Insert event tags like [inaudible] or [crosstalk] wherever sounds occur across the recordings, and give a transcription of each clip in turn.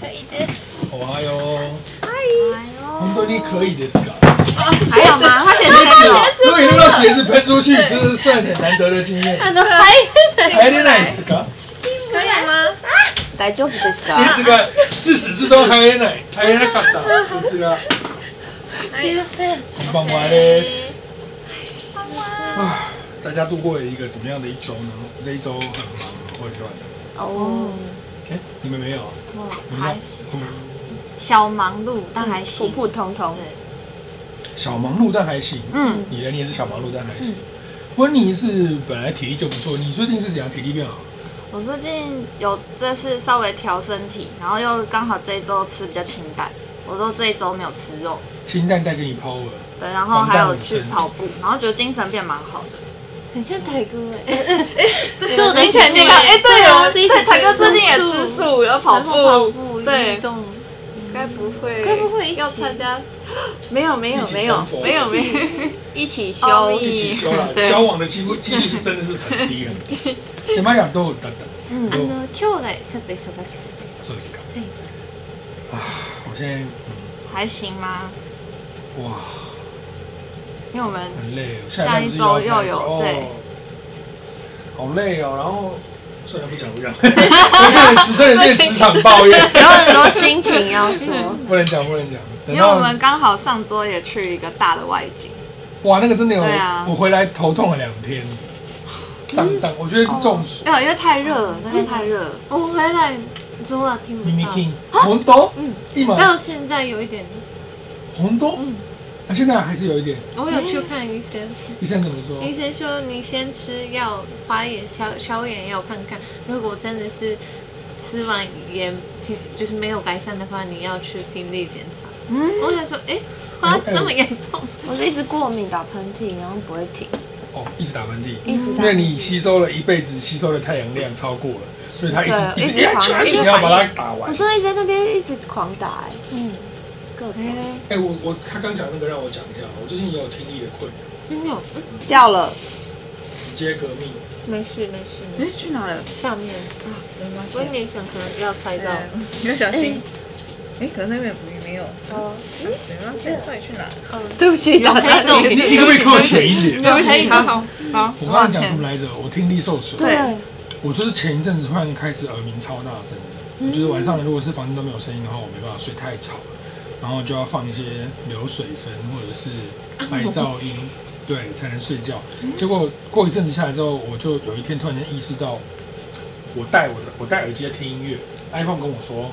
可以です。おはよう。はい。本当に可以ですか？ [laughs] 还有吗？他写的还有。如果能让鞋子喷出去，这是算很难得的经验。あの、はい。还得ないですか？可以吗？大丈夫です鞋か？子が自始至終入れない、入れなかった靴が。すいません。こんばんはです。啊，大家度过了一个怎么样的一周呢？我这一周很忙，我很乱。哦，哎，你们没有？你们还呢行，小忙碌但还普行。嗯普通通。小忙碌但还行。嗯，你呢？你也是小忙碌但还嗯行。温妮是本来体力就不错，你最近是怎样体力变好？我最近有这次稍微调身体，然后又刚好这一周吃比较清淡，我都这一周没有吃肉，清淡带给你 power。对，然后还有去跑步，然后觉得精神变蛮好的。很像台哥哎，对有人之前一起那去个，哎，对对啊哦，是一起对，台哥去最近也吃吃素素，有跑跑步，步对运动，该不会该不会一起要参加？没有没有没有一起散步没有没有， [laughs] 一起修。哦一起修了， [laughs] 对交往的几乎几率是真的是很低很低。 [laughs] 山マヤどうだった？嗯あの今日がちょっと忙しくて。そうですかはい。啊，我现在还行吗？嗯哇因为我们很累哦，下班一是周要又有哦对好累哦。然后算了，不讲 [laughs] 不讲，我这人只剩点职场抱怨，有很多心情要说，不能讲不能讲。等因为我到们刚好上周也去一个大的外景，哇，那个真的有对啊，我回来头痛了两天，胀胀，我觉得是中暑。没哎有因为太热了，那边太热了。我哦回来昨晚听ミ不ニ到，キン、红豆，哦嗯今到现在有一点，红豆，那现在还是有一点。我有去看医生，医生怎么说？医生说你先吃药，发炎消消炎药看看，如果真的是吃完也听就是没有改善的话，你要去听力检查。嗯，我想说，哎、花这么严重， [laughs] 我是一直过敏打喷嚏，然后不会停，哦，一直打喷嚏，一直因打。为嗯你吸收了一辈子吸收的太阳量超过了，所以它一直对一直一直狂一一直直要把它打完我。真的一直在那边一直狂打、哎，嗯，各种哎、我我他刚讲那个让我讲一下，我最近也有听力的困扰，真的有，掉了。直接革命。没事没事，没哎，去哪了？事下啊面温女想可能要猜到，你要小心。哎，可能那边没没有。哦，行啊，现哎在去哪？对不起，打开动你你可不可以给我浅一点？对不起，好好好，啊我刚刚讲什么来着？我听力受损。对我就是前一阵子突然开始耳鸣超大声的，就是晚上如果是房间都没有声音的话，我没办法睡太吵了，然后就要放一些流水声或者是白噪音，对，才能睡觉。结果过一阵子下来之后，我就有一天突然间意识到，我戴我的我戴耳机在听音乐，iPhone 跟我说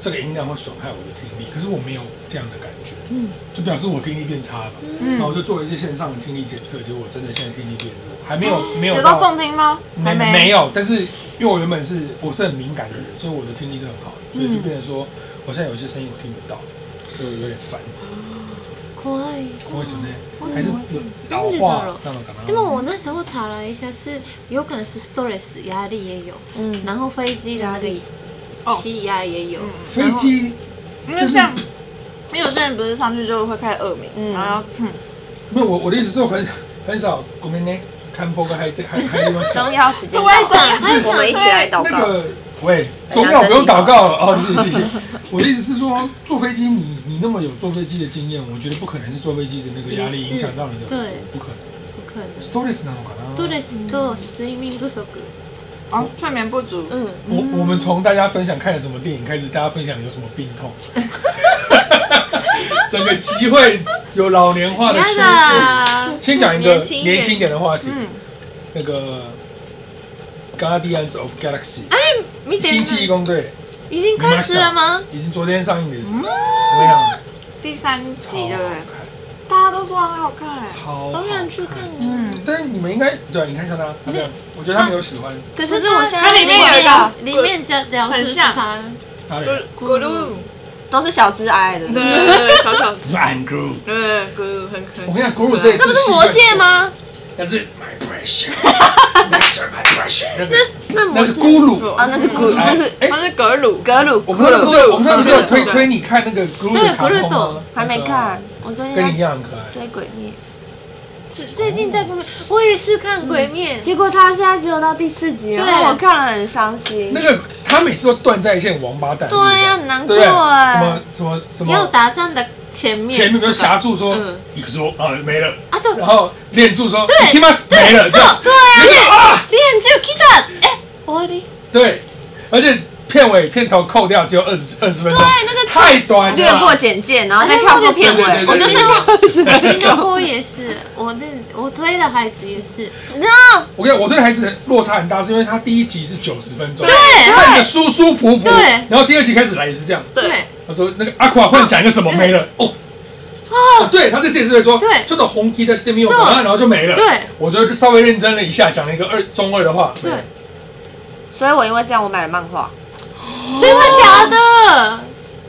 这个音量会损害我的听力，可是我没有这样的感觉，嗯，就表示我听力变差了。嗯嗯然后我就做了一些线上的听力检测，结果我真的现在听力变弱，还没有没有有到重听吗？没还没没有，但是因为我原本是我是很敏感的人，所以我的听力是很好的，所以就变成说，我现在有一些声音我听不到，就有点烦。怖い。我会存在，还是老なんでだろ化う那种感でも觉。我那时候查了一下是，有可能是 stress 压力也有，嗯，然后飞机的那个哦气压也有，飞机因为像，因为有些人不是上去就会开始耳鸣，然后嗯嗯，没有我我的意思是我很很少，我们呢看播歌还还还有中药时间到为什了，我们一起来祷那告。个喂，中药不用祷告了哦，谢谢谢谢。我的意思是说，坐飞机你你那么有坐飞机的经验，我觉得不可能是坐飞机的那个压力也是影响到你的，对不可能。不可能。 stress 那种感觉。ストレ嗯スと睡眠不足。哦，睡眠不足，嗯，我我们从大家分享看了什么电影开始，大家分享有什么病 [laughs] 痛，整个集会有老年嗯化的趋势。だ。先讲一个年轻一点年轻一点的话题，嗯那个《Guardians of Galaxy》哎見て星际义工队已经开始了吗？已经昨天上映的是，嗯怎么样？嗯第三集对超不好对？大家都说很好看，看，好好想去看。嗯，但是你们应该对，你看一下他，他这样我觉得他没有喜欢可可是是我现在啊它里面有一个里面讲讲是他，他咕的。咕噜，都是小只矮的，对对对，小小，你说 I'm Groot，对对咕噜很可我爱跟。你讲，Groot 这一次那不是魔戒吗？但是 My Precious，那是 My Precious，那个那那魔是戒咕噜。啊，那是咕，那是哎他是格鲁，格鲁，我们那不是我们那不是有推对对推你啊看那个 Groot 的卡通吗？还没看，我最近跟你一在样很可爱。追鬼灭，最最近哦在鬼面，我也是看鬼面，嗯结果他现在只有到第四集，然后对我看了很伤心啊那。个他每次都断在线王八蛋，对呀、啊对难不过对哎什么什么什要么，打仗的前面，前面比如侠柱说嗯一个说啊没了，啊 [laughs] 对，然后练柱说对 k i m a s 没了，错这样，对啊，没有啊，练就 k i 哎，終わり。对，而且片尾片头扣掉只有二十二十分钟，对那个太短了，略过简介，然后再跳过片啊对对对尾，我对就对剩下二十 [laughs] 新分加钟。坡也是，我那我推的孩子也是，我跟你讲，我对孩子落差很大，是因为他第一集是九十分钟，对看着舒舒服服，对然后第二集开始来也是这样。对，他说那个阿垮幻讲一个什么没了哦。哦，对他这次也是在说，对这个红提的 s t e m i そう然后就没了。对，我就稍微认真了一下，讲了一个二中二的话。对，所以我因为这样，我买了漫画。真的假的？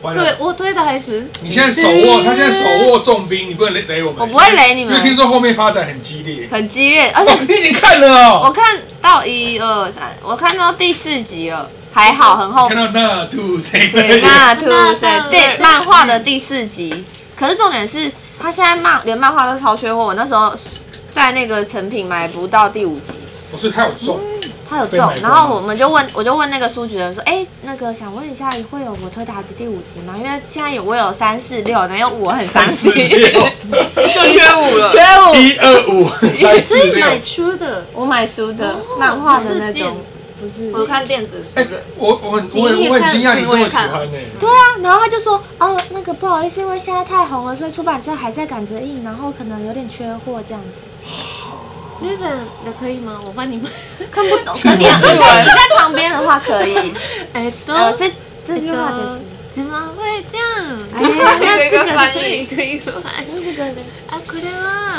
完了对，，我推的孩子，你现在手握，他现在手握重兵，你不能雷雷我们。我不会雷你因为听们，说后面发展很激烈。很激烈，而哦且，你已经看了我哦，看到一二三，我看到第四集了，还好，很后看面。到那 two 对， three，那兔那神第漫画的第四集，可是重点是，他现在漫连漫画都超缺货。我那时候在那个成品买不到第五集，我说他有中，他有被中买，光然后我们就问，我就问那个书局的人说，哎、那个想问一下，会有我推打子第五集吗？因为现在有我有三四六，然后我很伤心，六，就缺五了缺。五。一二五三四所以六买。书的，我买书的、哦漫画的那不是电种，不是。我看电子书哎的，，我我很我很你也我很看惊讶你这么我也喜看欢呢。对啊，然后他就说，哦，那个不好意思，因为现在太红了，所以出版社还在赶着印，然后可能有点缺货这样子。日本的可以吗？我帮你买。看不懂， [laughs] 可 [laughs] 你要你在你在旁边的话 [laughs] 可以。哎，都呃，这这句话哦就是，怎么会这样？哎，那这这个个的翻可以，译可以买那这个的，啊，これは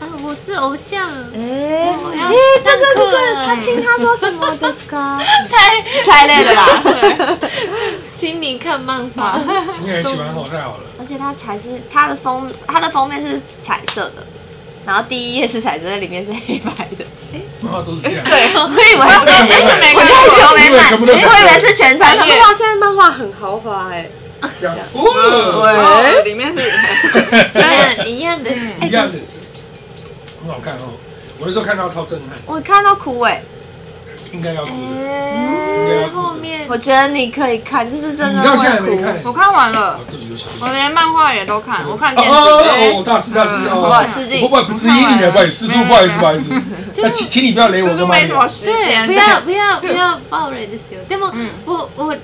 啊，我是偶像，哎我要哎，这个这个，他亲他说什么ですか？太太累了吧？请你看漫画。你也很喜欢我，太好了。而且它才是它的封，它的封面是彩色的，然后第一页是彩色的，里面是黑白的。漫画都是这样。对，我以为是，真的没看过我太久没我以为买，全部都是我以为是全彩色半。夜哎哇，现在漫画很豪华哎。这样哦，哦里面是一样一样的，一样的是，很好看哦。我那时候看到超震撼，我看到哭哎，应该要哭的。哎，后面我觉得你可以看，就是真你的到现在还没会哭。[laughs] 看？我看完了哦，，对不起，对不起对不我起。连漫画也都看，我看电子哦，书。哎哦大师大师哦，哇失敬不不不，质疑你的，不好意思，师叔，不好意思，不好意思。那请请你不要雷我蜘跟蛛妈没咪什。么时对，间，不要不要不要暴雷ですよ。でも嗯我我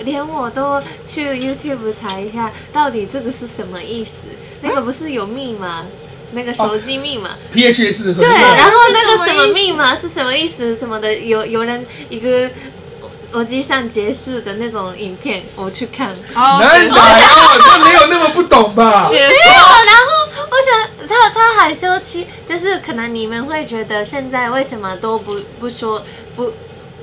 连我都去 YouTube 查一下，到底这个是什么意思？那个不是有密码，那个手机密码。 PHS 的时候，对，然后那个是什么什么意思密码是什么意思什么的，有有人一个耳机上结束的那种影片，我去看。哦男仔哦，他没有那么不懂吧？ [laughs] 结束没有，然后我想他他还说，其就是可能你们会觉得现在为什么都不不说不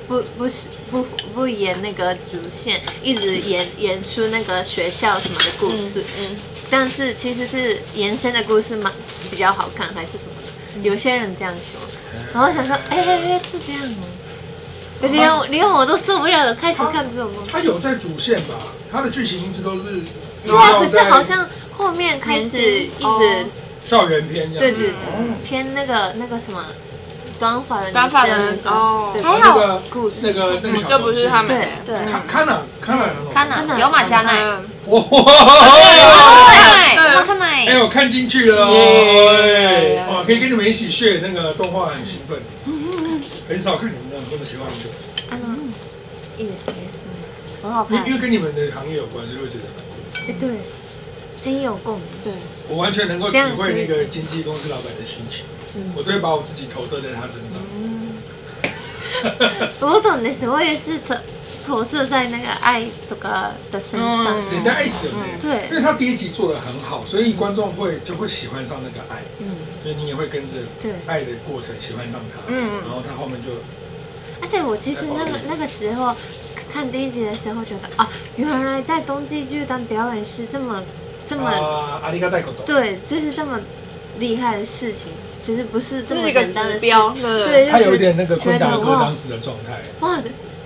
不不是不不演那个主线，一直演演出那个学校什么的故事，嗯，但是其实是延伸的故事嘛比较好看，还是什么嗯的？有些人这样说，然后我想说，哎、哎哎是这样哦、哦连连我都受不了了，开始看这种东西。他有在主线吧？他的剧情一直都是对啊，可是好像后面开始一直、哦校园片这样。对对对哦，偏那个那个什么短发的女生短发的女生哦对还那好个故事那个那个小就不是他们对对，看看哪看哪很好看看哪哪有马加奈，嗯哇！奈，对看奈哎，，我看进去了哦，哎哇，可以跟你们一起学那个动画，很兴奋。很少看你们这样这么喜欢的，嗯，いいですね。很好看因为。因为跟你们的行业有关，所以会觉得蛮酷。哎对，很有共鸣。对，我完全能够这体样会那个经纪公司老板的心情，我都会把我自己投射在他身上。我懂です。我也是投投射在那个爱とか的身上。嗯简单爱死了呢，对因为他第一集做的很好，所以观众会就会喜欢上那个爱，嗯，所以你也会跟着对。爱的过程喜欢上他，嗯然后他后面就而且我其实那个那个时候看第一集的时候，觉得啊，原来在冬季剧当表演是这么这么、哦啊，阿里嘎带口懂，对，就是这么厉害的事情，就是不是这这么是一个简单的指事标，情。对，对，他有一就是哦点那个昆达觉哥得哇当时的状态，哇，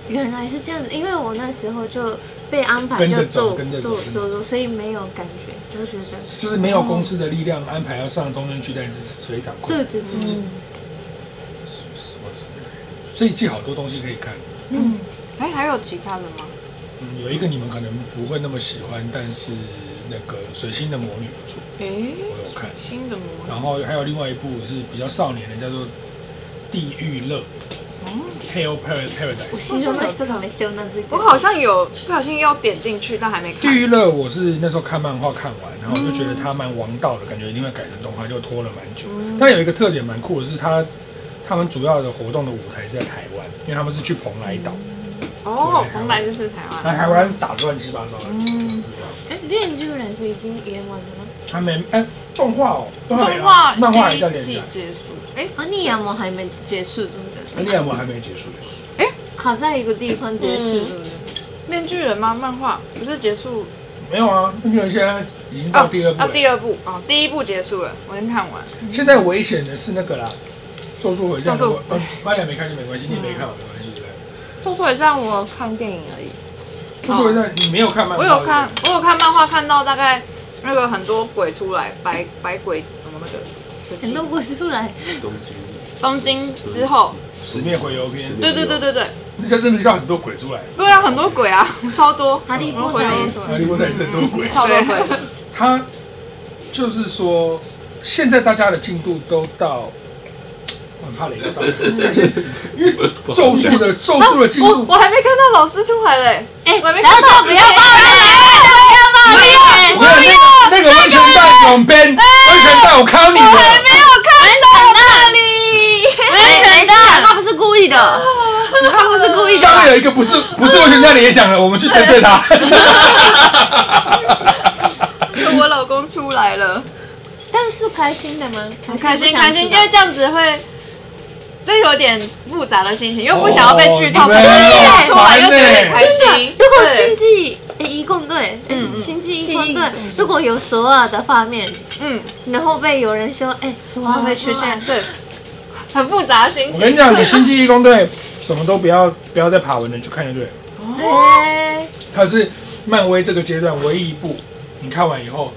原来是这样子，因为我那时候就被安排跟就着走做跟着走做跟着做做，所以没有感觉，就觉得就是没有公司的力量安排要上东京巨蛋是水涨对困对对，对什么事？这一季好多东西可以看，嗯，哎，还有其他的吗？嗯，有一个你们可能不会那么喜欢，但是那个水星的魔女不错，哎，我有看。新的模然后还有另外一部是比较少年的，叫做《地狱乐》（Hell 哦我 Par- Paradise）。心中有这个没救，那是我好像有不小心要点进去，但还没地看。狱乐，我是那时候看漫画看完，然后就觉得它蛮王道的感觉，一定会改成动画，就拖了蛮久。嗯但有一个特点蛮酷的是它，他们主要的活动的舞台是在台湾，因为他们是去蓬莱岛，哦，蓬莱就是台湾。来台湾打得乱七八糟的。嗯哎，恋巨人是已经演完了吗？他们哎，动画哦，动画没了动画漫画还在第一连载季，结束。哎，啊，你演完还没结束，对不对？而且我还没结束。卡在一个地方结束，对嗯不对？面具人吗？漫画不是结束没有啊，那个现在已经哦到第二部啊，了。第二部啊，第一部结束了，我先看完。现在危险的是那个啦，咒术回战。咒术哎嗯我呃玛雅没看就没关系，你也没看我没关系。对咒术回战我看电影而已，咒术回战你没有看漫画？我有看对，我有看漫画，看到大概那个很多鬼出来，白白鬼怎么那个。很多鬼出来，东京东京之后，十面回游篇对对对，对对，不对，那家真的叫很多鬼出来。对啊，很多鬼啊，[laughs] 超多，哈利波特也是。哈利波特也是很多鬼。超多鬼。他就是说，现在大家的进度都到。 [laughs] 我很怕雷到，但是因为咒术的咒术的进我度我，还没看到老师出来嘞，哎，我还没小看宝到不要爆雷，不要爆雷，没有那个那个完全带永边，完全啊带我啊康你了。没有看到那里。没没等事到，啊，他不是故意的，他不是故意的。下面有一个不是不是完全带的也讲了，我们去针对 [laughs] 他。 [laughs] 我老公出来了，但是开心的吗？很开心还是开不想知心，因道为这样子会，就有点复杂的心情，又不想要被剧透，哦可是又出来又觉得很开心。如果对星际诶一共队，嗯，星际嗯一共队，如果有索尔的画面，嗯，哦然后被有人说，哎，索尔会出现，对，很复杂的心我跟情你。讲，你星际义工队什么都不要，不要再爬文了，你去看就对了。哎，它是漫威这个阶段唯一一部，你看完以后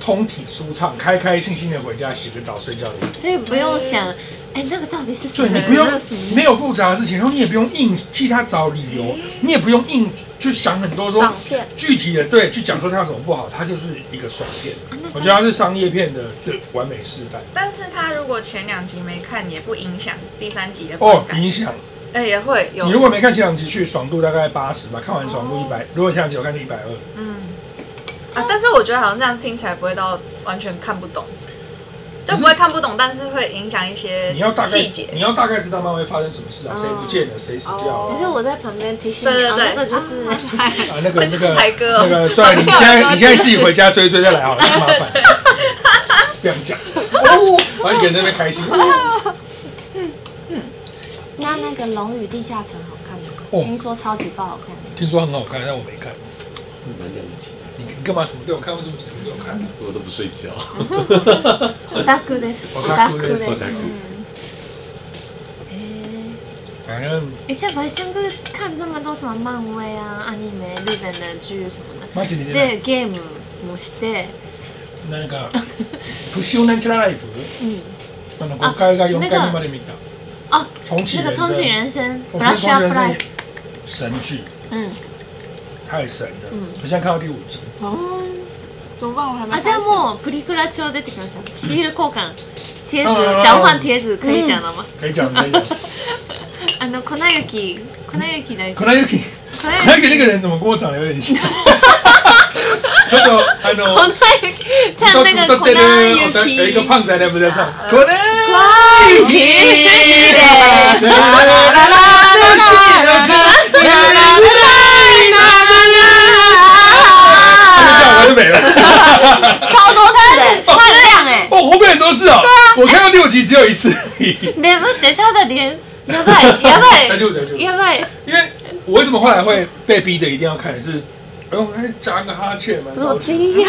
通体舒畅，开开心心的回家洗个澡睡觉的一部。所以不用想，哎，那个到底是什哎对么？你不用那个什么没有复杂的事情，然后你也不用硬替他找理由，你也不用硬去想很多说哎爽片？具体的对去讲说他有什么不好，它就是一个爽片。啊我觉得它是商业片的最完美示范但是他如果前两集没看，也不影响第三集的观哦，感。影响。哎，也会你有如果没看前两集去，爽度大概八十吧，看完爽度一百、如果前两集我看就一百二。嗯啊，但是我觉得好像这样听起来不会到完全看不懂，就不会看不懂，但是会影响一些你要大概呃细节。你要大概知道漫威发生什么事啊，谁不见了，谁死掉可是哦了。我在旁边提醒对你，对哦 [laughs] 对那个就是 [laughs] 啊，那个那个台哥哦那个，算了，你现在你现在自己回家追追再来好了，麻烦。 [laughs] 不想讲，哦，而且那边开心。哦，那那个《龙与地下城》好看吗？听说超级爆好看。听说很好看，但我没看。难两集，你你干嘛什么都有看？为什么你什么都有看？我都不睡觉。オタクです。オタク嗯です我在哭。反正哎，像白香哥看这么多什么漫威啊、アニメ、日本的剧什么的，マジでね、でゲームもして、なんか不朽なんちゃらライフ、あの5回が4回目まで見た。あ、重启那个人重生启。人生我觉得《 ，Flash 双 Up 人 Life 也。神剧，嗯，太神了。我现在看到第五集，怎么办？我还没あ、看じゃあもうプリクラ帳出てきました。シール交換、贴うんうんうん纸、交换贴纸可以讲了吗？可以讲可以讲。あの粉雪、粉雪大可臣。能 y u k i 可能 y u k i 那个人怎么跟我长得有点像？ちょっとあの粉雪、ちゃん那个粉雪。有一个胖仔在不在上？可能 y u k i 完就没了。超多次的，快亮哎！哦，后面很多次哦。我看到第五集只有一次。ね、待って、ただ連。やばい、 [laughs] やば那い、就那就。やばい。因为我为什么后来会被逼的一定要看是，哎呦，还加个哈欠蛮高兴。惊讶。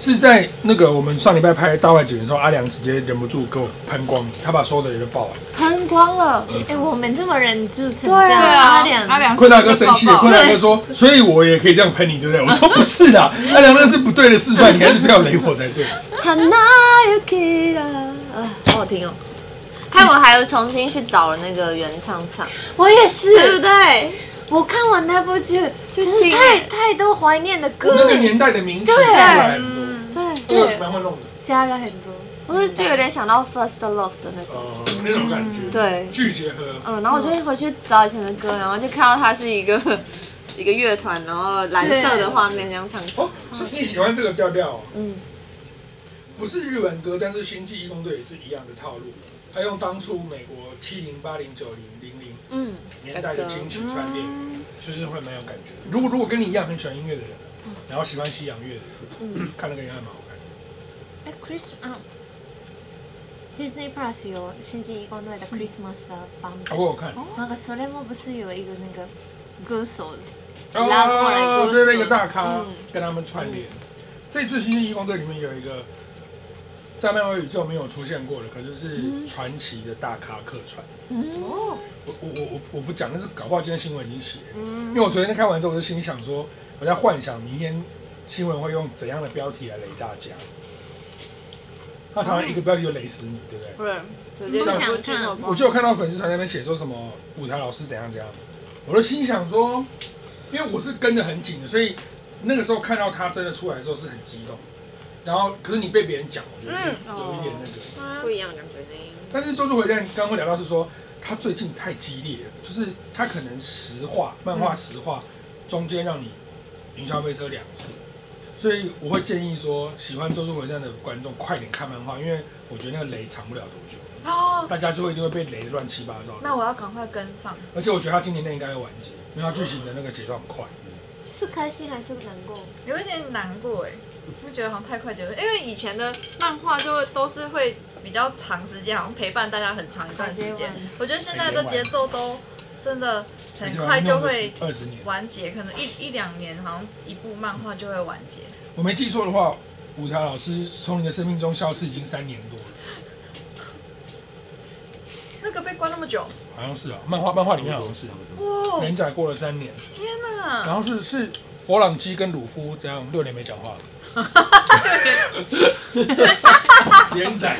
是在那个我们上礼拜拍《大外景》的时候，阿良直接忍不住给我喷光，他把所有的人都爆完。喷光了。哎、我们这么忍住成这对样，啊阿阿良良坤大哥生气了，坤了，大哥说：“所以我也可以这样喷你，对不对？”我说：“不是的，阿良那是不对的示范，你还是不要雷我才对。 Hanayuki 啦，啊，好好听哦。害我还有重新去找了那个原唱唱，我也是，对不对？我看完那部剧，就是听太太多怀念的”歌那，个年代的名曲出来很嗯，对，多，对，蛮会弄的，加了很多。我就就有点想到 First Love 的那种，哦，那种感觉，对拒绝和嗯，然后我就会回去找以前的歌，然后就看到它是一个 [laughs] 一个乐团，然后蓝色的画面这样唱歌，哦，是你喜欢这个调调哦，嗯，不是日文歌，但是《星际异攻队》也是一样的套路，他用当初美国七零、八零、九零、零零嗯，年代的金曲串联，所以会蛮有感觉的。如果如果跟你一样很喜欢音乐的人，然后喜欢西洋乐的嗯人，看那个应该蛮好看的。哎，Chris，嗯，Disney Plus 有《星际异攻队》的 Christmas 的版本好不，好看？那个それも不是有一个那个歌手的，拉过来哦，歌手对那个大咖嗯跟他们串联。这次《星际异攻队》里面有一个在漫威宇宙没有出现过的，可是是嗯传奇的大咖客串。哦我我我我我不讲，但是搞不好今天新闻已经写了，嗯因为我昨天看完之后，我就心里想说，我在幻想明天新闻会用怎样的标题来雷大家。他常哦常一个标题就雷死你，对不对？不是，直不接想就看。我就有看到粉丝团在那边写说什么舞台老师怎样怎样，我就心想说，因为我是跟得很紧的，所以那个时候看到他真的出来的时候是很激动，然后可是你被别人讲，我觉得是嗯有一点那个。哦不一样的感觉呢。但是《周周回战》刚刚会聊到是说，他最近太激烈了，就是他可能实话、漫嗯画实话、中间让你云霄飞车两次，所以我会建议说，喜欢《周周回战》的观众快点看漫画，因为我觉得那个雷藏不了多久，哦，大家就会一定会被雷得乱七八糟。那我要赶快跟上。而且我觉得他今年内应该会完结，因为他剧情的那个节奏很快。是开心还是难过？有一点难过哎，会觉得好像太快结束，因为以前的漫画就会都是会比较长时间，好像陪伴大家很长一段时海贼间王。我觉得现在的节奏都真的很快就会二十年，完结，可能一一两年好像一部漫画就会完结。我没记错的话，五条老师从你的生命中消失已经三年多了，那个被关那么久，好像是啊，漫画漫画里面好像是哦哇，连载过了三年。天哪！然后是是佛朗基跟鲁夫这样六年没讲话了， [laughs] 连载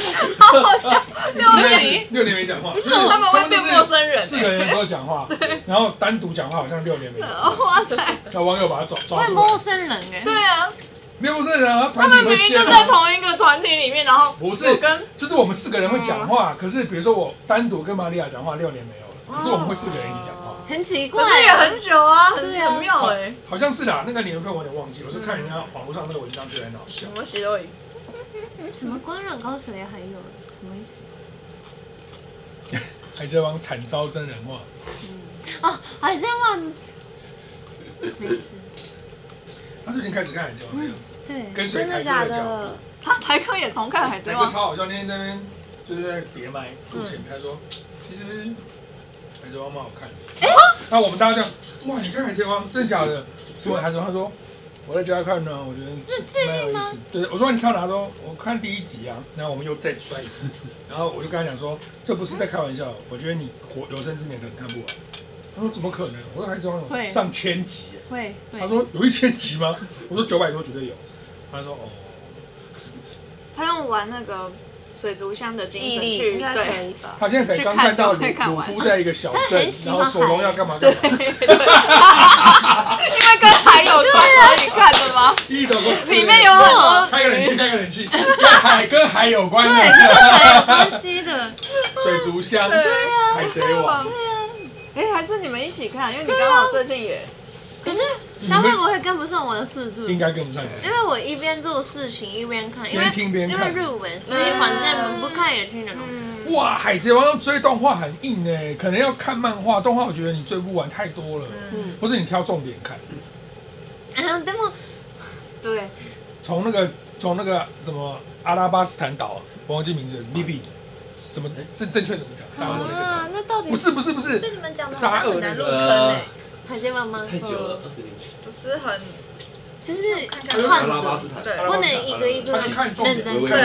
六年六年没讲话，就是他们会变陌生人四个人的时候讲话，然后单独讲话好像六年没讲哦话，哇塞，那网友把他抓抓会住陌了，生人哎，对啊，没有陌生人啊，他团们体明会明接就啊在同一个团体里面，然后不是我跟嗯就是我们四个人会讲话，可是比如说我单独跟玛利亚讲话六年没哦有了，可是我们会四个人一起讲话。很奇怪可是也啊，很久啊，很对啊很妙哎，好像是啦，那个年份我有点忘记，我是看人家网络上那个文章觉得很好笑什。么邪都有。什么官人高手也还有，什么意思？海贼王惨遭真人化，哦，海贼王，没事，他最近开始看海贼王的样子。嗯对，跟谁真台的哥在假讲，的？他台哥也重看《海台贼哥王》，超好笑，那天在那边就是在别麦录嗯前面，他说其实海贼王蛮好看的。哎那我们大家这样，哇，你看海贼王真的假嗯的？说完海贼王，他说我在家看呢，我觉得蛮有意思。对，我说你看哪？他说我看第一集啊，然后我们又再摔一 [laughs] 次，然后我就跟他讲说这不是在开玩笑，我觉得你活有生之年可能看不完。他说怎么可能？我说海贼王有会上千集耶。会会，他说有一千集吗？我说九百多绝对有。他说哦。他用玩那个水族箱的精毅神力去应该可对以吧？他现在才刚看到去看就会看鲁鲁完夫在一个小他镇很，喜然欢后索隆要干嘛干嘛，因为跟海有关，所以看的 [laughs] 吗？ [laughs] 一抖过里面有很多开个冷气，开个冷气，跟海跟海有关对，的跟海有关系的， [laughs] 水族箱，海贼王，哎，还是你们一起看，因为你刚好最近也可是他会不会跟不上我的速度？应该跟不上。因为我一边做事情一边看，因边为听边看因为日文，所以反正不看也听得懂。嗯嗯哇，海贼王要追动画很硬哎，可能要看漫画，动画我觉得你追不完太多了，嗯或是你挑重点看，嗯，でも对，从那个从那个什么阿拉巴斯坦岛，我忘记名字，Libby，什么正正确怎么讲？沙漠那啊个，那到底不是不是不是，被你们讲的沙好俄很那难呃个入坑哎，嗯海贼王吗？太久了，二十年前。不是很就是看阿换拉巴着斯，坦，对不能一个一个看看重认点，真对看。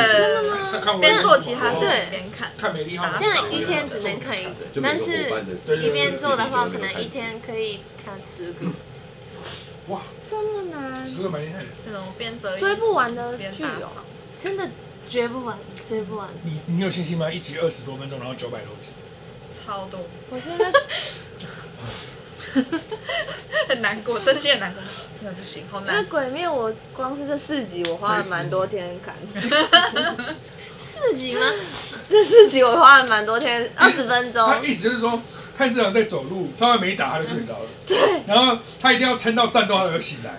对，看边做其他事对情边看。看美丽号，这样一天只能看一个，就每但个是伙伴的对一边做的话，对可对对能一天可以看十个。哇，这么难，十个蛮厉害的。这种边折衣追不完的边剧打哦扫。。真的追不完，追不完。你你有信心吗？一集二十多分钟，然后九百多集，超 [laughs] 多，我现在很难过，真心很难过，真的不行，好因为难《鬼灭》，我光是这四集，我花了蛮多天看。四集吗？这四集我花了蛮多天，二十分钟哦他。意思就是说，炭治郎在走路，稍微没一打他就 [laughs] 睡着了。对，然后他一定要撑到战斗他才会醒来。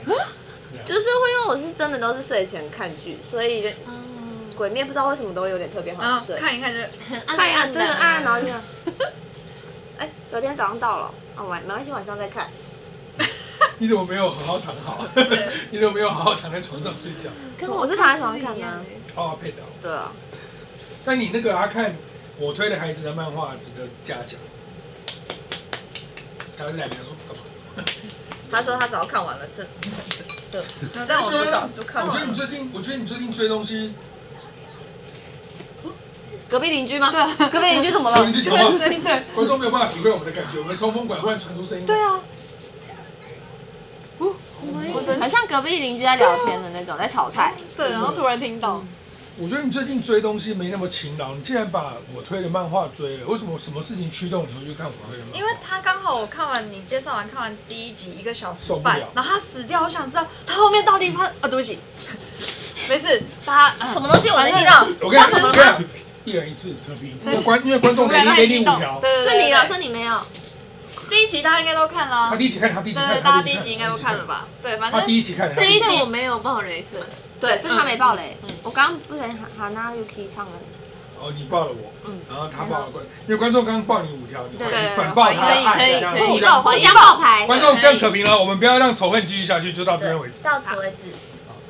就是会因为我是真的都是睡前看剧，所以就《哦，鬼灭》不知道为什么都有点特别然好后睡。啊看一看就很暗太暗，暗哎对，啊的，很暗，然后就这样。哎，有天早上到了，哦晚没关系，晚上再看。你怎么没有好好躺好？ [laughs] 你怎么没有好好躺在床上睡觉？哦跟我是躺在床上看的啊看书一样好好配的。对啊，但你那个啊，看我推的孩子的漫画值得嘉奖。他来没有？干嘛他说他早看完了，这这这，但我不早就看我觉得完你了。最近，我觉得你最近追东西，隔壁邻居吗？对，隔壁邻居怎么 [laughs] 了我？们就讲话，对观众没有办法体会我们的感觉。我们通风管忽然传出声音，对啊，我很像隔壁邻居在聊天的那种，在炒菜。对，然后突然听到，我觉得你最近追东西没那么勤劳，你竟然把我推的漫画追了，为什么？什么事情驱动你会去看我推的漫画？因为他刚好我看完你介绍完看完第一集一个小时半受不了，然后他死掉，我想知道他后面到底发啊，对 [laughs] 不起，没事，他什么东西我能听到？我跟你讲，我跟你讲，一人一次测评，因为观因为观众给你给你五条，对是你老了，师是你没有。第一集大家应该都看了他 [laughs] 啊，第一集看，他第一集看，对，大家他第一集应该都看了？吧？对，反他正第一集看，他对第这一集一集我没有爆雷声，对，是他没爆雷嗯。我刚刚不小心喊喊那 Yuki 唱了，哦，你报了我，嗯然后他报了观，因为观众刚刚报你五条，你对你反报他可以的爱，可以这样可以互报相还互有相哦爆牌。观众这样扯平了，我们不要让仇恨继续下去，就到这边为止。到此为止。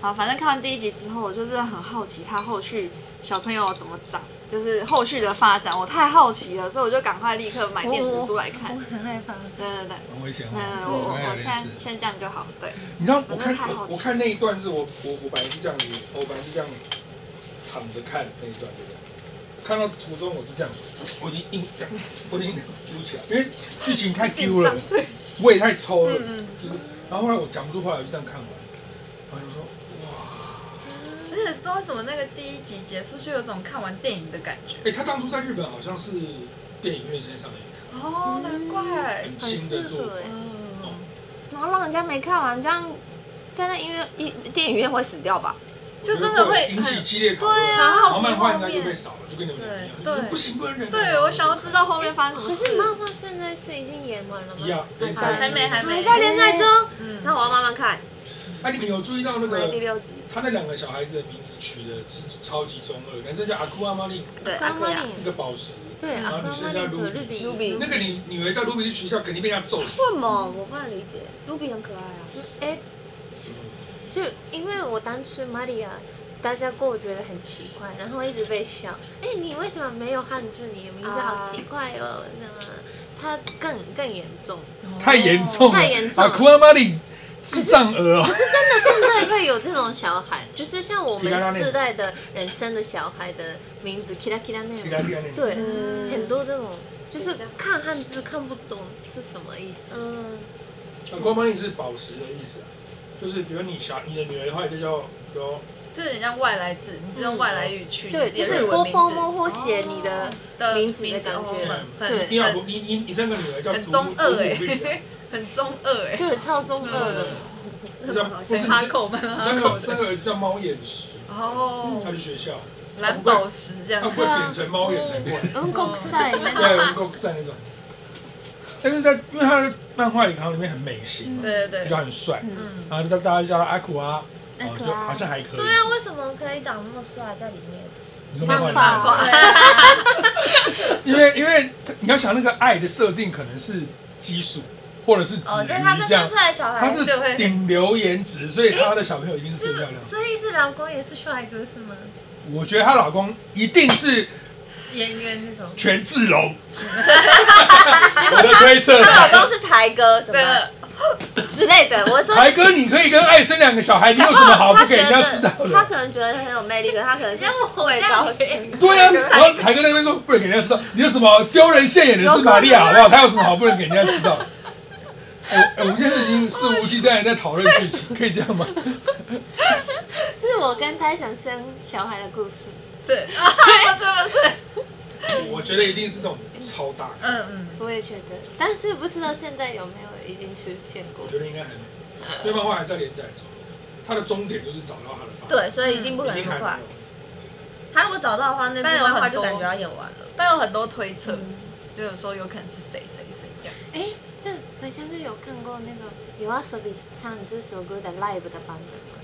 好，反正看完第一集之后，我就是很好奇他后续小朋友怎么长，就是后续的发展，我太好奇了，所以我就赶快立刻买电子书来哦看。很害怕。对对对，很危险嗯，哦，我我我有点先事先这样就好。对，你知道我我看真的太好我奇我看那一段是我我我本来是这样子，我本来是这样躺着看那一段，对不对？看到途中我是这样，我已经硬这样，我已经揪起来，因为剧情太揪了，嗯我也太抽了，就是然后后来我讲不出话来，我就这样看完，然后就说而且不知道为什么那个第一集结束就有种看完电影的感觉。哎、他当初在日本好像是电影院先上映，嗯哦，难怪。很很新适的作品欸合。哎，嗯然后让人家没看完，这样在那音乐一电影院会死掉吧？就真的会引起激烈讨论，对啊然后好奇漫画应后该就面被少了，就跟你们讲一样，对就是对不行不能忍。对，我想要知道后面发生什么可是事。漫画现在是已经演完了吗？一样，连还载还没还没还在连载中，嗯，那我要慢慢看。哎，你们有注意到那我在第个六集，他那两个小孩子的名字取的是超级中二，男生叫阿库阿玛利，嗯对，阿刚克刚亚。那演个宝石，对然阿后刚女生刚叫演的卢绿比，比， Ruby 那个你女儿叫卢比去学校，肯定被人家揍哦死。为什么？我不能理解。卢比很可爱啊。哎，就因为我当初玛利亚，大家过觉得很奇怪，然后一直被笑，哎、你为什么没有汉字？你的名字好奇怪哦，那么他更更严重，太严重了，太严重了阿库阿玛利智障儿啊！现在会有这种小孩，就是像我 Kirana 们 name 世代的人生的小孩的名字，kira kira 你看 name，你看你，对，嗯很多这种。就是看汉字看不懂是什么意思，嗯，阿库阿玛利呃是宝石的意思啊，就是比如你小你的女儿的话就叫比如就有点像外来字，你是用外来语去嗯对，理就解是日文波名波字摸或写你的的名字的感觉名字哦很对你老婆很你你你生个女儿叫很祖中母二祖母欸绿啊，很中二哎，对，超中二的。 [laughs] 不是啊不是你嗯很哈口们啊，生个生个儿子叫猫眼石，他哦，去学校，蓝宝石这他样不会变成猫眼才怪。嗯，国赛那对，啊有人够善那种。但是在因为他的漫画里好像里面很美型嘛，对对就对，很帅，嗯，然后就大家叫他阿苦啊，阿哦苦啊就好像还可以。对啊，为什么可以长那么帅在里面？你说漫画里漫面，画对 [laughs] 啊，因为因为你要想那个爱的设定可能是基础，或者是止哦，于就是他们这样生出。来的小他孩，是就会顶流颜值，所以他的小朋友一定是最漂亮的。所以是老公也是帅哥是吗？我觉得她老公一定是演员那种。 [laughs] 权志龙，我的推测。她老公是台哥，怎么对办？了，之类的。[laughs] 我说，海哥，你可以跟爱生两个小孩，你有什么好不给人家知道他的？可能觉得很有魅力，可他可能是会样招 [laughs] 对啊，然后海哥在那边说不能给人家知道，你有什么丢人现眼的事？玛利亚好啊不好？他有什么好不能给人家知道？ [laughs] 哎、哎我们现在已经肆无忌惮地在讨论剧情，可以这样吗？是我跟他想生小孩的故事。对， [laughs] 啊是不是？ [laughs] 我觉得一定是那种超大，嗯嗯，我也觉得，但是不知道现在有没有已经出现过我。觉得应该还没，因为漫画还在连载中，它的终点就是找到他的爸爸，对，所以一定不可能一定还很没快。有。他如果找到的话，那部但有很漫画就多感觉要演完了。但有很多推测，就有说有可能是谁谁谁这样。哎、那好像是有看过那个 y o a s o b i 唱这首歌的 live 的版本吗？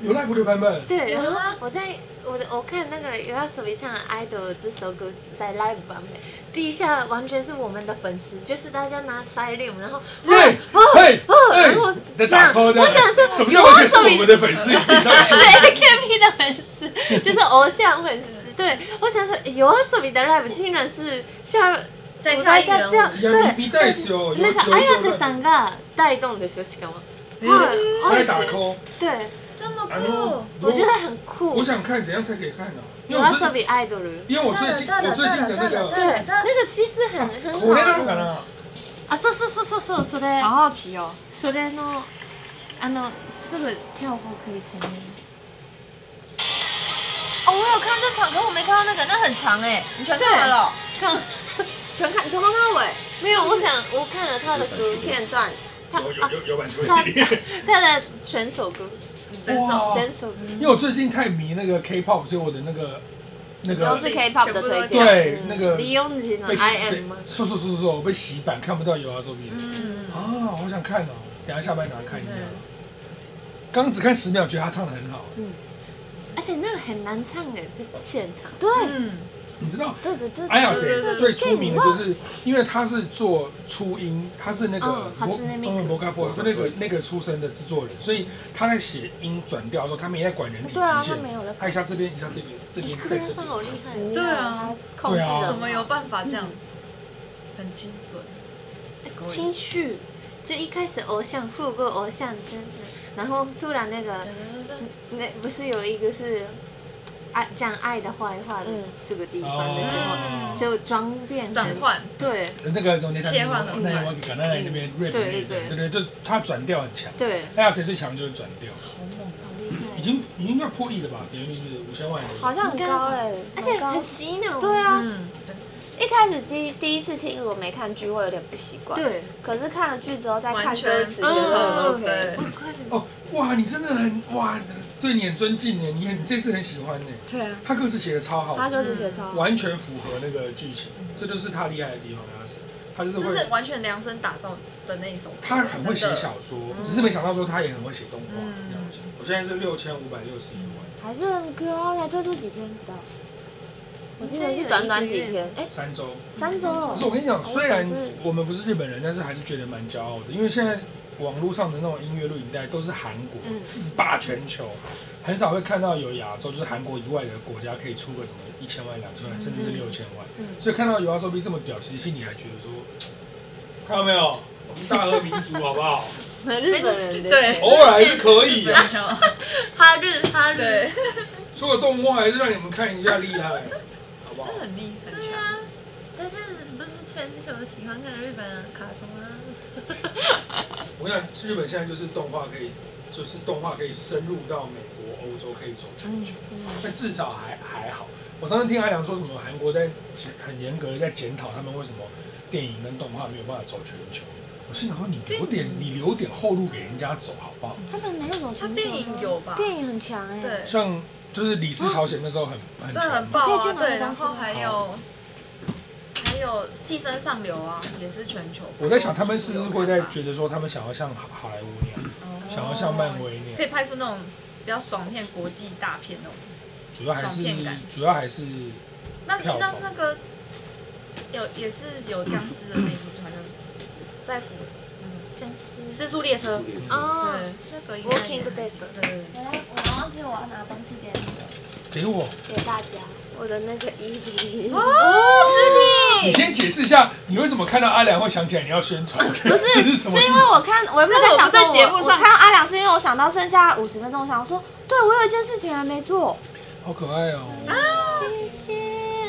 有赖布的版本，对，有啊然后我在我的我看那个 y o a s o b i 唱 idol 这首歌在 live 版本，底下完全是我们的粉丝，就是大家拿 side l i m 然后对，嘿，哦然后嘿，在打 call 我想说什么叫完全是我们的粉丝？你自己上去对 AKB 的粉丝，就是偶像粉丝。对，我想说 y o a s o b i 的 live 竟然是像再我跳发一现人这样舞，い [laughs] 对。や、見たいっすよ。那个哎有有 Ayase さんが带动的休息干嘛？他在打 call，对，然后哦我觉得很酷我。想看怎样才可以看呢？因为我最 Wasabi idol，因为我最近我最近的那个对，那个其实很很これなん好。かな。啊，そうそうそうそうそう、それ好好奇哦，それのあのすぐ跳过可以成功。哦，我有看这场，可我没看到那个，那很长哎，你全看完了？看，全看，从头到尾没有，我想我看了他的主片，片段。他有有啊有有版权他 [laughs] 他的全首歌，整首哇整首歌。因为我最近太迷那个 K-pop，所以我的那个那都个是 K-pop 的推荐，对那个李永吉的被 I 洗 am 吗？说说说说我被洗版看不到有啊作品嗯，啊，好想看哦，等一下下班拿来看一下。刚刚只看十秒，觉得他唱的很好。而且那个很难唱哎，这现场。对，嗯，你知道对对对哎呀，对对对最出名的就是，因为他是做初音，他是那个嗯初音ミク摩嘎波是那个那个出身的制作人，所以他在写音转调的时候，他没在管人体极对啊限他没有在，管哎他一下这边一下这边这边科在瑞这上边，好厉害。哦对啊，控制对啊了怎么有办法这样，很精准。情绪，就一开始偶像复过偶像真的，然后突然那个那不是有一个是爱讲爱的坏话的嗯这个地方的时候，哦，就装变成转换，对那个从那切换很那快我感那那边 rap 对那一对段对对，就他转调很强。对，哎呀，谁最强就是转调，好厉害已，经已经要破亿了吧？等于就是五千万。好像很高哎，而且蛮很高洗脑，对啊，嗯，一开始第一第一次听，如果没看剧会有点不习惯，，对，可是看了剧之后再看完歌全词不就嗯同，觉得哦 OK。对我快点，哦，哇，你真的很哇，对你很尊敬呢，你很你这次很喜欢呢。对啊，他歌词写的超好的，他歌词写得超好，完全符合那个剧情，这就是他厉害的地方。他是，他就是这会是，完全量身打造的那一首歌，他很会写真的，小说，只是没想到说他也很会写动画嗯这样子。我现在是六千五百六十一万，还是很高，才推出几天不到，我记得是短短几天，哎，三周。三周了可是。我跟你讲，哦虽然可是我们不是日本人，但是还是觉得蛮骄傲的，因为现在网络上的那种音乐录影带都是韩国嗯自霸全球，很少会看到有亚洲就是韩国以外的国家可以出个什么一千万、两千万，甚至是六千万。所以看到有亚洲币这么屌，其实心里还觉得说，看到没有，我们大和民族好不好？日本人的对偶尔还是可以啊，哈日哈日对，，所有动画还是让你们看一下厉害，好不好真？的很厉害，很对强。啊，但是不是全球喜欢看日本的卡通啊？我想日本现在就是动画可以，就是动画可以深入到美国、欧洲，可以走全球，嗯那、至少还还好。我上次听阿良说什么，韩国在检很严格的在检讨他们为什么电影跟动画没有办法走全球。我心想说，你留点嗯你留点后路给人家走好不好？他们没有走他全电影有吧？电影很强哎，对，像就是李氏朝鲜那时候很很对，强很嘛，爆可以啊，去哪里对，当然时后还有还有《寄生上流》啊，也是全球。我在想他们是不是会在哦觉得说他们想要像好好莱坞那样，想要像漫威那样可。以拍出那种比较爽片、国际大片那种。主要还是爽片感主要还是那票那房那个有也是有僵尸的那一部，好像是在腐嗯真是《失速列车》哦对，那个应该，Walking Dead。对，我我忘记我要拿东西给你了，给我给大家我的那个衣服。哦，尸体。你先解释一下，你为什么看到阿良会想起来你要宣传？不 [laughs] 不是，是是什么意思？因为我看，我原本在想那我说不在我，节目我上看到阿良是因为我想到剩下五十分钟，我想说，对我有一件事情还没做，好可爱哦、啊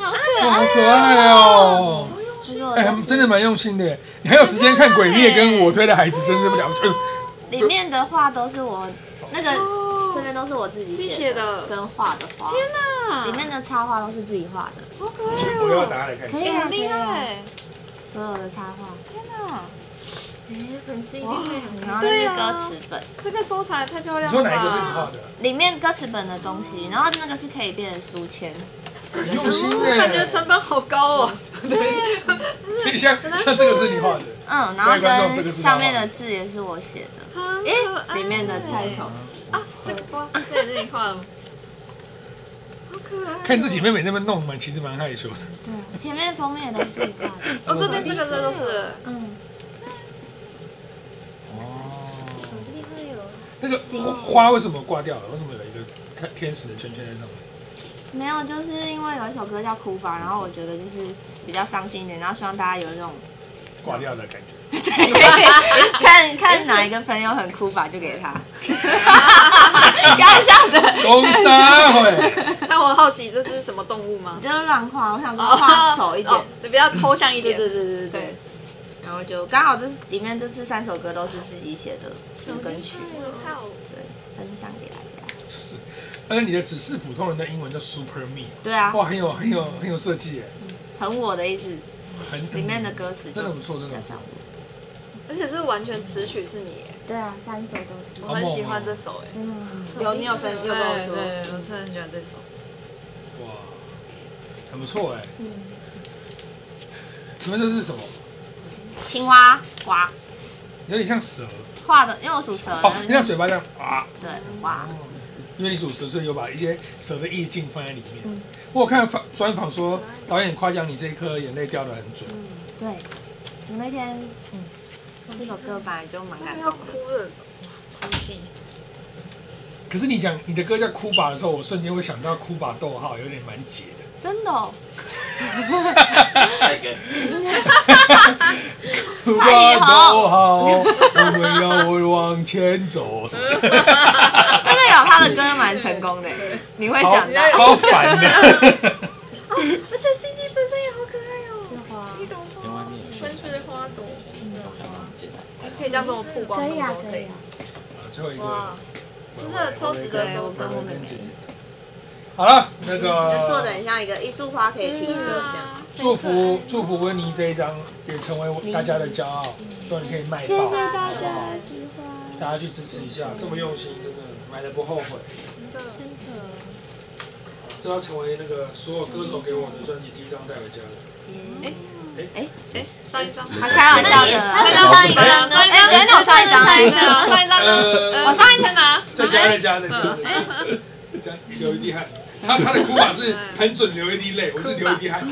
好哇可爱。好可爱哦、啊就是我哎、真的蛮用心的耶。你还有时间看《鬼灭》跟我推的孩子，真是不讲究。里面的画都是我那个这边都是我哦自己写的，跟画的画。天哪！里面的插画都是自己画的，全部都要打开来看。可以啊，厉害。所有的插画，哎，粉丝一定会很然后那是歌词本，这个收藏也太漂你亮说了哪一个是你吧！画的？里面歌词本的东西，然后那个是可以变成书签。很用心的。感觉啊成本好高哦。所以像像这个是你画的，嗯，然后跟上面的字也是我写的，哎里面的 title。啊，这个哇，这也是你画的吗？哦好可爱。看自己妹妹那么弄嘛，其实蛮害羞的。对，嗯前面封面也都是自己画的。我哦这边这个这都 [laughs] 是嗯，哦，厉害哦。那个花为什么挂掉了？为什么有一个看天使的圈圈在上面？没有，就是因为有一首歌叫《哭吧》，然后我觉得就是比较伤心一点，然后希望大家有一种挂掉的感觉。[laughs] [laughs] 看看哪一个朋友很哭吧，就给 [laughs] 他。开玩笑的，工商会，但我好奇这是什么动物吗我？就乱画，我想说画丑一点。哦，比较抽象一对点。对对对对对。然后就刚好这是里面这次三首歌都是自己写的词跟曲，对，分享给大家。是，而且你的只是普通人的英文叫 Super Me，对啊，哇，很有很有很有设计耶，很我的意思，很里面的歌词就真的不错，真的比较不错像。我。而且是完全词曲是你耶，对啊，三首都是。我很喜欢这首哎。嗯，有你有分有跟我对说，对，我是很喜欢这首。哇，很不错哎。嗯。请问这是什么？青蛙蛙有点像蛇，画的，因为我属蛇的，哦，像嘴巴这样啊，对蛙。因为你属蛇，所以有把一些蛇的意境放在里面。嗯我有看访专访说，导演夸奖你这一颗眼泪掉的很准，对，我那天，嗯，这首歌本来就蛮感要动哭的，的。哭戏。可是你讲你的歌叫哭吧的时候，我瞬间会想到哭吧逗号，有点蛮解的。真的、哦，下一个， [laughs] 不管多好，我们要往前走。真的有他的歌蛮成功的，你会超想到。超烦啊的。而且 CD 本身也好可爱哦，一朵另外花，面有春是花朵，还嗯蛮简单，还可以这样跟我曝光，可以啊什么，都可以啊。最后一个哇，，真的超值得收藏。好了，那做的个很像一个艺术花可以停着这样。祝福祝福温妮这一张也成为大家的骄傲，希望你可以卖爆，大家喜欢。大家去支持一下，这么用心，真的买了不后悔，这要成为那个所有歌手给我的专辑第一张带回家的。上一张，他开玩笑的。上一张，上一张，上一张，哎，等我上呃上一 [laughs] 张，上一张呢？我上一一张，次拿，再加再加再加，这样流一滴汗。他他的哭法是很准，流一滴泪，我是流一滴汗。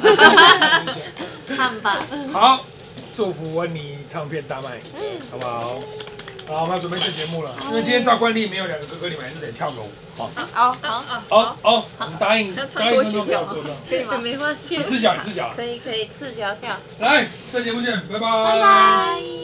看吧，好，祝福温妮唱片大卖，好不好？好，我们要准备这节目了，因为今天照惯例没有两个哥哥，你们还是得跳个舞。哦，哦哦，我们答应要穿答应观拖鞋众不要跳做到，可以吗？没关系你，吃脚你吃脚，可以可以，赤脚跳。来，这节目见，拜拜。拜。